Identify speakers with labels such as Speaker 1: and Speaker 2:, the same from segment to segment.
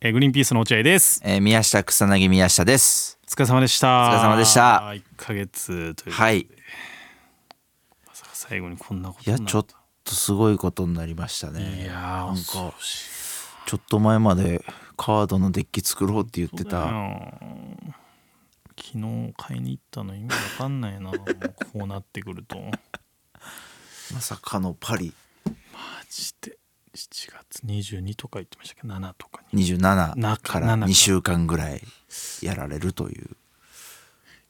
Speaker 1: えーグリーンピースの落合です。
Speaker 2: えー宮下草薙宮下です。
Speaker 1: お疲れ様でした。
Speaker 2: お疲れ様でした
Speaker 1: 一ヶ月という。。
Speaker 2: はいい。い
Speaker 1: 最後にこんなことに
Speaker 2: や
Speaker 1: なた
Speaker 2: ちょっとすごいことになりました
Speaker 1: い
Speaker 2: ね。
Speaker 1: やーなんか。
Speaker 2: ちょっと前までカードのデッキ作ろうって言ってた。
Speaker 1: うん昨日買いに行ったの意味わかんないな。もうこうなってくると。マ
Speaker 2: まさかのパリ
Speaker 1: ジで。7月22とか言ってましたけど7とかにな
Speaker 2: 27から
Speaker 1: 7
Speaker 2: 2週間ぐらいやられるという。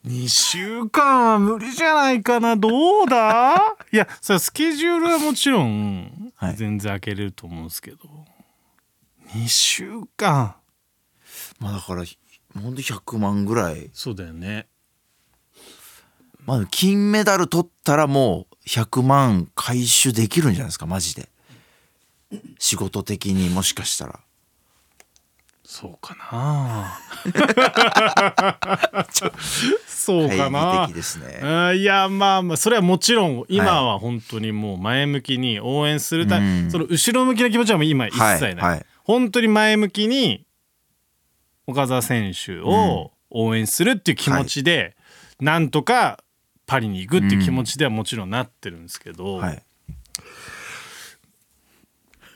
Speaker 1: 2週間は無理じゃないかなどうだいやそれはスケジュールはもちろん
Speaker 2: はい
Speaker 1: 全然開けれると思うんですけど、2週間
Speaker 2: まあだからひほんと100万ぐらい。
Speaker 1: そうだよね
Speaker 2: まあ金メダル取ったらもう100万回収できるんじゃないですかマジで。仕事的にもしかしたら。
Speaker 1: そうかなそうか
Speaker 2: 懐
Speaker 1: な
Speaker 2: 疑的ですね。
Speaker 1: あーいやまあまあそれはもちろん今は本当にもう前向きに応援するため、
Speaker 2: うん
Speaker 1: その後ろ向きな気持ちはもう今一切ない、
Speaker 2: はいはい
Speaker 1: 本当に前向きに岡澤選手を応援するっていう気持ちで、なんとかパリに行くっていう気持ちではもちろんなってるんですけど、
Speaker 2: はい。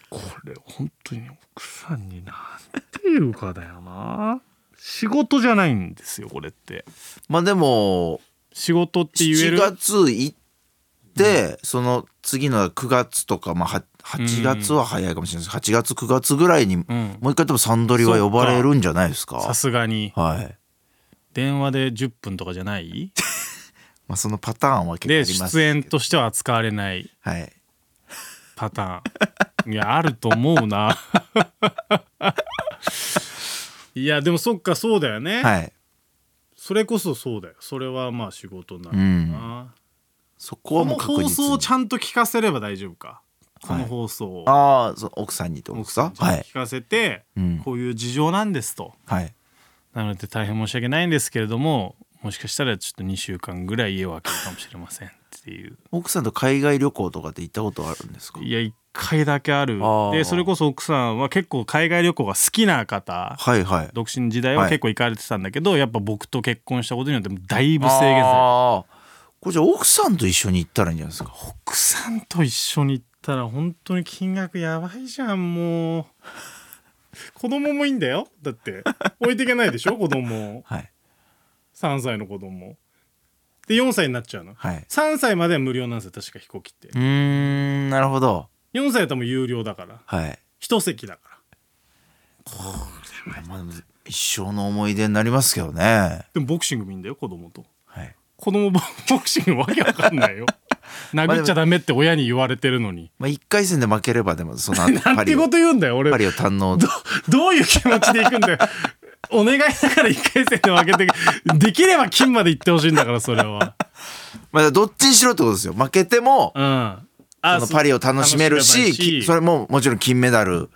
Speaker 1: これ本当に奥さんになんていうかだよな仕事じゃないんですよこれって
Speaker 2: まあでも
Speaker 1: 仕事って言え
Speaker 2: 7
Speaker 1: る
Speaker 2: 月行って、その次の9月とか、まあ、は8月は早いかもしれないです、8月9月ぐらいに、
Speaker 1: ん
Speaker 2: もう一回多分サンドリは呼ばれるんじゃないですか
Speaker 1: さすがに
Speaker 2: はい、
Speaker 1: 電話で10分とかじゃ ない
Speaker 2: まあ、そのパターンは結構あ
Speaker 1: で
Speaker 2: ります
Speaker 1: 出
Speaker 2: けど
Speaker 1: 演としては扱われない
Speaker 2: はい
Speaker 1: パタ ーンいやあると思うな いやでもそっかそうだよね、
Speaker 2: はい
Speaker 1: それこそそうだよそれはまあ仕事になるよな、
Speaker 2: そこはもう
Speaker 1: こ
Speaker 2: 確
Speaker 1: の放
Speaker 2: 実
Speaker 1: 送
Speaker 2: に
Speaker 1: をちゃんと聞かせれば大丈夫かこ
Speaker 2: はい
Speaker 1: の放送を、
Speaker 2: ああそう奥さんにってことで
Speaker 1: 奥
Speaker 2: す
Speaker 1: さん
Speaker 2: か
Speaker 1: にちゃん
Speaker 2: は
Speaker 1: と
Speaker 2: い
Speaker 1: 聞かせて、
Speaker 2: うん
Speaker 1: こういう事情なんですと
Speaker 2: はい
Speaker 1: なので大変申し訳ないんですけれどももしかしたらちょっと2週間ぐらい家を空けるかもしれませんっていう
Speaker 2: 奥さんと海外旅行とかって行ったことあるんですか
Speaker 1: いや1回だけある
Speaker 2: あー
Speaker 1: でそれこそ奥さんは結構海外旅行が好きな方
Speaker 2: はいはい
Speaker 1: 独身時代は結構行かれてたんだけど、やっぱ僕と結婚したことによってだいぶ制限さ
Speaker 2: ああこれじゃあ奥さんと一緒に行ったらいいんじゃないですか
Speaker 1: れた奥さんと一緒に行ったら本当に金額やばいじゃんもう子供もいいんだよだって置いていけないでしょ子供
Speaker 2: はい
Speaker 1: 3歳の子供で4歳になっちゃうの、
Speaker 2: はい
Speaker 1: 3歳までは無料なんですよ確か飛行機って
Speaker 2: うーんなるほど
Speaker 1: 4歳だともう有料だから
Speaker 2: はい
Speaker 1: 一席だから
Speaker 2: まあ、一生の思い出になりますけどね。
Speaker 1: でもボクシングもいいんだよ子供と
Speaker 2: はい。
Speaker 1: 子供ボボクシングわけわかんない よ殴っちゃダメって親に言われてるのに
Speaker 2: まあ、一回戦で負ければでもその後
Speaker 1: な
Speaker 2: パ
Speaker 1: んて
Speaker 2: リ
Speaker 1: こ
Speaker 2: を
Speaker 1: と言うんだよ俺
Speaker 2: パリを堪能。
Speaker 1: どういう気持ちで行くんだよ お願いだから一回戦で負けてできれば金まで行ってほしいんだからそれは
Speaker 2: まあ、どっちにしろってことですよ。負けても
Speaker 1: うんあ
Speaker 2: そのパリを楽しめるし、きそれももちろん金メダル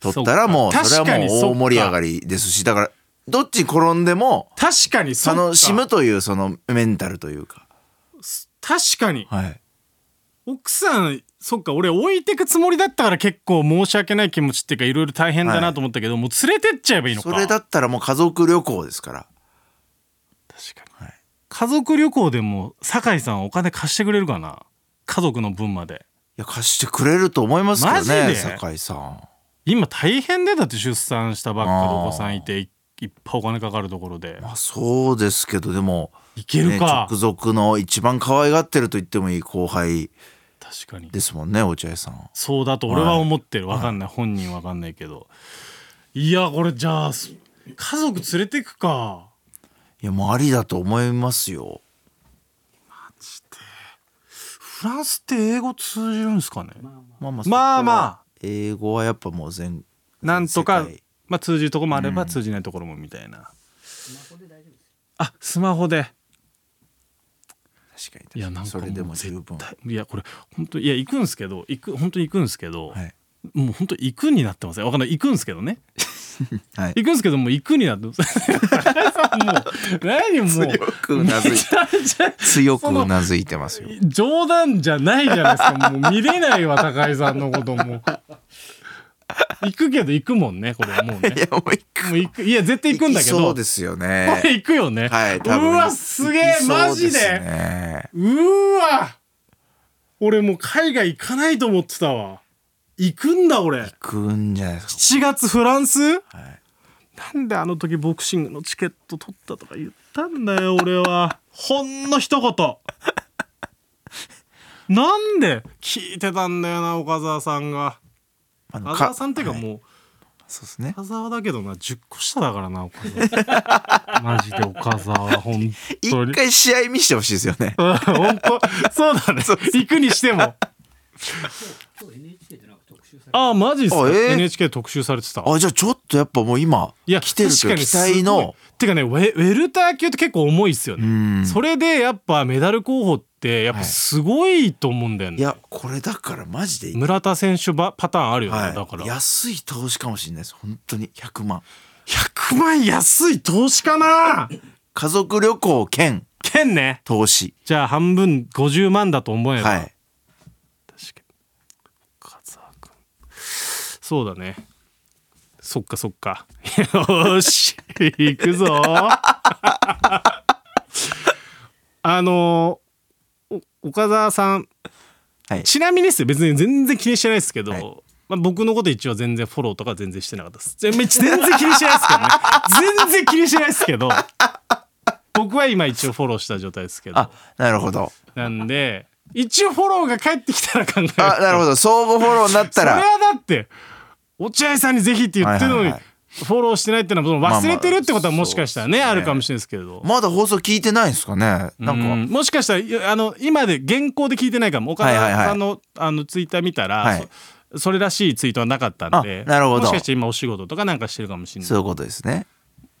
Speaker 2: 取ったらもう
Speaker 1: そっか
Speaker 2: それ
Speaker 1: 確か
Speaker 2: はも
Speaker 1: にそっ
Speaker 2: う
Speaker 1: か
Speaker 2: 大盛り上がりですし、だからどっちに転んでも
Speaker 1: 確かにそっか
Speaker 2: 楽しむというそのメンタルというか。
Speaker 1: 確かに
Speaker 2: はい。
Speaker 1: 奥さんそっか俺置いてくつもりだったから結構申し訳ない気持ちっていうかいろいろ大変だなと思ったけど、もう連れてっちゃえばいいのか
Speaker 2: それだ
Speaker 1: 確
Speaker 2: ったらもう家族旅行ですから。
Speaker 1: かに、
Speaker 2: はい
Speaker 1: 家族旅行でも酒井さんお金貸してくれるかな家族の分まで
Speaker 2: いや貸してくれると思いますけど
Speaker 1: マジで
Speaker 2: ね、酒井さん。
Speaker 1: 今大変でだって出産したばっかで
Speaker 2: あー
Speaker 1: お子さんいていいっぱいお金かかるところで
Speaker 2: まあそうですけどでも。
Speaker 1: いけるか、
Speaker 2: ね、直属の一番可愛がってると言ってもいい後輩
Speaker 1: 確かに
Speaker 2: ですもんね落合さん
Speaker 1: そうだと俺は思ってるわかんない、本人わかんないけどいやこれじゃあす家族連れてくか
Speaker 2: いやもうありだと思いますよ
Speaker 1: フランスって英語通じるんですかね
Speaker 2: まあまあ
Speaker 1: まあま
Speaker 2: そこは英語はやっぱもう全
Speaker 1: なんとか
Speaker 2: 全世界、
Speaker 1: まあ、通じるとこもあれば通じないところもみたいな、あスマホで
Speaker 2: 確かに
Speaker 1: いやなんか
Speaker 2: それでも十分
Speaker 1: 絶対いやこれ本当いや行くんですけど行く本当に行くんですけど、
Speaker 2: はい、
Speaker 1: もう本当行くになってませんわかんない行くんですけどね
Speaker 2: はい、
Speaker 1: 行くんですけどもう行くにな ってませんもう何もう
Speaker 2: 強くうなずい
Speaker 1: めちゃめちゃ
Speaker 2: 強くうなずいてますよ
Speaker 1: 冗談じゃないじゃないですかもう見れないわ高井さんのことも行くけど行くもんねこれもう
Speaker 2: い
Speaker 1: ね
Speaker 2: や、もう行く
Speaker 1: もう行くいや絶対行くんだけど
Speaker 2: そうですよね
Speaker 1: こ。れ 行くよね、
Speaker 2: はい、
Speaker 1: うわすげえマジで
Speaker 2: で。
Speaker 1: うーわ俺もう海外行かないと思ってたわ行くんだ俺
Speaker 2: 行くんじゃないですか。
Speaker 1: 7月フランス
Speaker 2: はい
Speaker 1: なんであの時ボクシングのチケット取ったとか言ったんだよ俺はほんの一 言なんで聞いてたんだよな岡澤さんが
Speaker 2: あの
Speaker 1: 岡澤さんっていうか
Speaker 2: はい
Speaker 1: もう
Speaker 2: そうですね。
Speaker 1: 岡澤だけどな10個下だからな岡澤 マジで岡澤は本当
Speaker 2: 一
Speaker 1: に
Speaker 2: 回試合見してほしいですよ ね。
Speaker 1: うん本当そうだね行くにしても
Speaker 3: 今日 NHK でなんか特集されて
Speaker 1: ああマジっすか、
Speaker 2: あえー
Speaker 1: NHK 特集されてた
Speaker 2: あ、じゃあちょっとやっぱもう今、
Speaker 1: いや
Speaker 2: 来てると
Speaker 1: 確
Speaker 2: い
Speaker 1: か
Speaker 2: う
Speaker 1: に
Speaker 2: 期
Speaker 1: すごい
Speaker 2: 待の。
Speaker 1: てかねウェウェルター級って結構重いっすよね
Speaker 2: うん。
Speaker 1: それでやっぱメダル候補ってやっぱすごいと思うんだよ
Speaker 2: い
Speaker 1: ね、
Speaker 2: や、これだからマジで行く
Speaker 1: 村田選手ばパターンあるよね、だか
Speaker 2: は
Speaker 1: ら
Speaker 2: い、安い投資かもしれないです本当に100万
Speaker 1: 100万安い投資か な
Speaker 2: 家族旅行兼
Speaker 1: 剣ね
Speaker 2: 投資
Speaker 1: じゃあ半分50万だと思えば、
Speaker 2: はい
Speaker 1: 確かに岡澤君そうだねそっかそっかよーし行くぞあのーお岡澤さん
Speaker 2: はい
Speaker 1: ちなみにですよ別に全然気にしてないですけど、
Speaker 2: はい
Speaker 1: まあ、僕のこと一応全然フォローとか全然してなかったです全然全然気にしてないですけどね全然気にしてないですけど僕は今一応フォローした状態ですけど
Speaker 2: あなる ほど
Speaker 1: なんで一応フォローが返ってきたら考える
Speaker 2: あなるほど相互フォローになった
Speaker 1: それ
Speaker 2: ら
Speaker 1: はだって落合さんにぜひって言ってるの
Speaker 2: はい
Speaker 1: に
Speaker 2: はい
Speaker 1: フォローしてないってのはその忘れてるってことはもしかしたらね
Speaker 2: まあまあ
Speaker 1: あ
Speaker 2: そうですね
Speaker 1: るかもしれないですけど。
Speaker 2: まだ放送聞いてないんですかねなんか
Speaker 1: うんもしかしたらいやあの今で現行で聞いてないかも岡
Speaker 2: はい
Speaker 1: 田
Speaker 2: はい
Speaker 1: さ
Speaker 2: はい
Speaker 1: んのあのツイッター見たら、
Speaker 2: はい
Speaker 1: そそれらしいツイートはなかったんで
Speaker 2: あなるほど
Speaker 1: もしかして今お仕事とかなんかしてるかもしれない
Speaker 2: そういうことですね、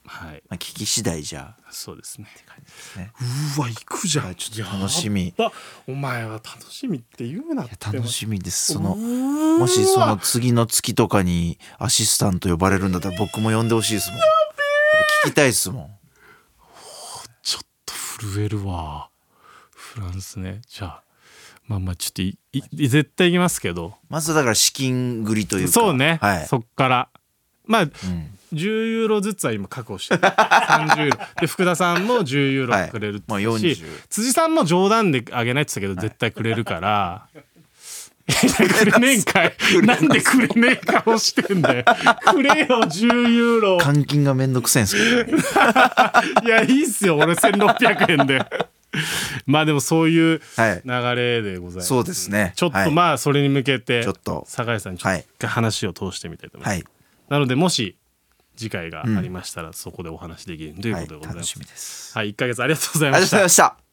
Speaker 1: はい
Speaker 2: まあ、聞き次第じゃ
Speaker 1: そうですね
Speaker 2: ね
Speaker 1: うわ行くじゃん、
Speaker 2: はいちょっと楽しみ
Speaker 1: やっぱお前は楽しみって言うなっ
Speaker 2: あ
Speaker 1: て
Speaker 2: 楽しみですその
Speaker 1: も
Speaker 2: もしその次の月とかにアシスタント呼ばれるんだったら僕も呼んでほしいですもん聞きたいですもん
Speaker 1: ちょっと震えるわフランスねじゃあまあまあちょっといいい絶対行きますけど
Speaker 2: まずはだから資金繰りというか
Speaker 1: そうね、
Speaker 2: はい、
Speaker 1: そっからまあ
Speaker 2: うん
Speaker 1: 10ユーロずつは今確保してる30ユーロで福田さんも10ユー
Speaker 2: は
Speaker 1: ロ
Speaker 2: い
Speaker 1: くれるって
Speaker 2: まあ
Speaker 1: 言うし、
Speaker 2: 40
Speaker 1: 辻さんも冗談であげないって言ってたけど絶対くれるから、くれねえんかいなんでくれねえ顔してんだよくれよ10ユーロ
Speaker 2: 換金がめんどくさいんですけどね
Speaker 1: いやいいっすよ俺1600円でまあでもそういう
Speaker 2: はい
Speaker 1: 流れでございます、
Speaker 2: そうですね
Speaker 1: ちょっ
Speaker 2: はい
Speaker 1: とまあそれに向けて、
Speaker 2: ちょっと
Speaker 1: 酒井さんにちょっと一回話を通してみたいと思います、
Speaker 2: はい
Speaker 1: なのでもし次回がありましたらそこでお話できるということでございま
Speaker 2: 楽
Speaker 1: す
Speaker 2: しみです。
Speaker 1: はい、一1か月ありがとうござい
Speaker 2: あ
Speaker 1: ま
Speaker 2: りがとうご
Speaker 1: し
Speaker 2: ざい
Speaker 1: た
Speaker 2: ました。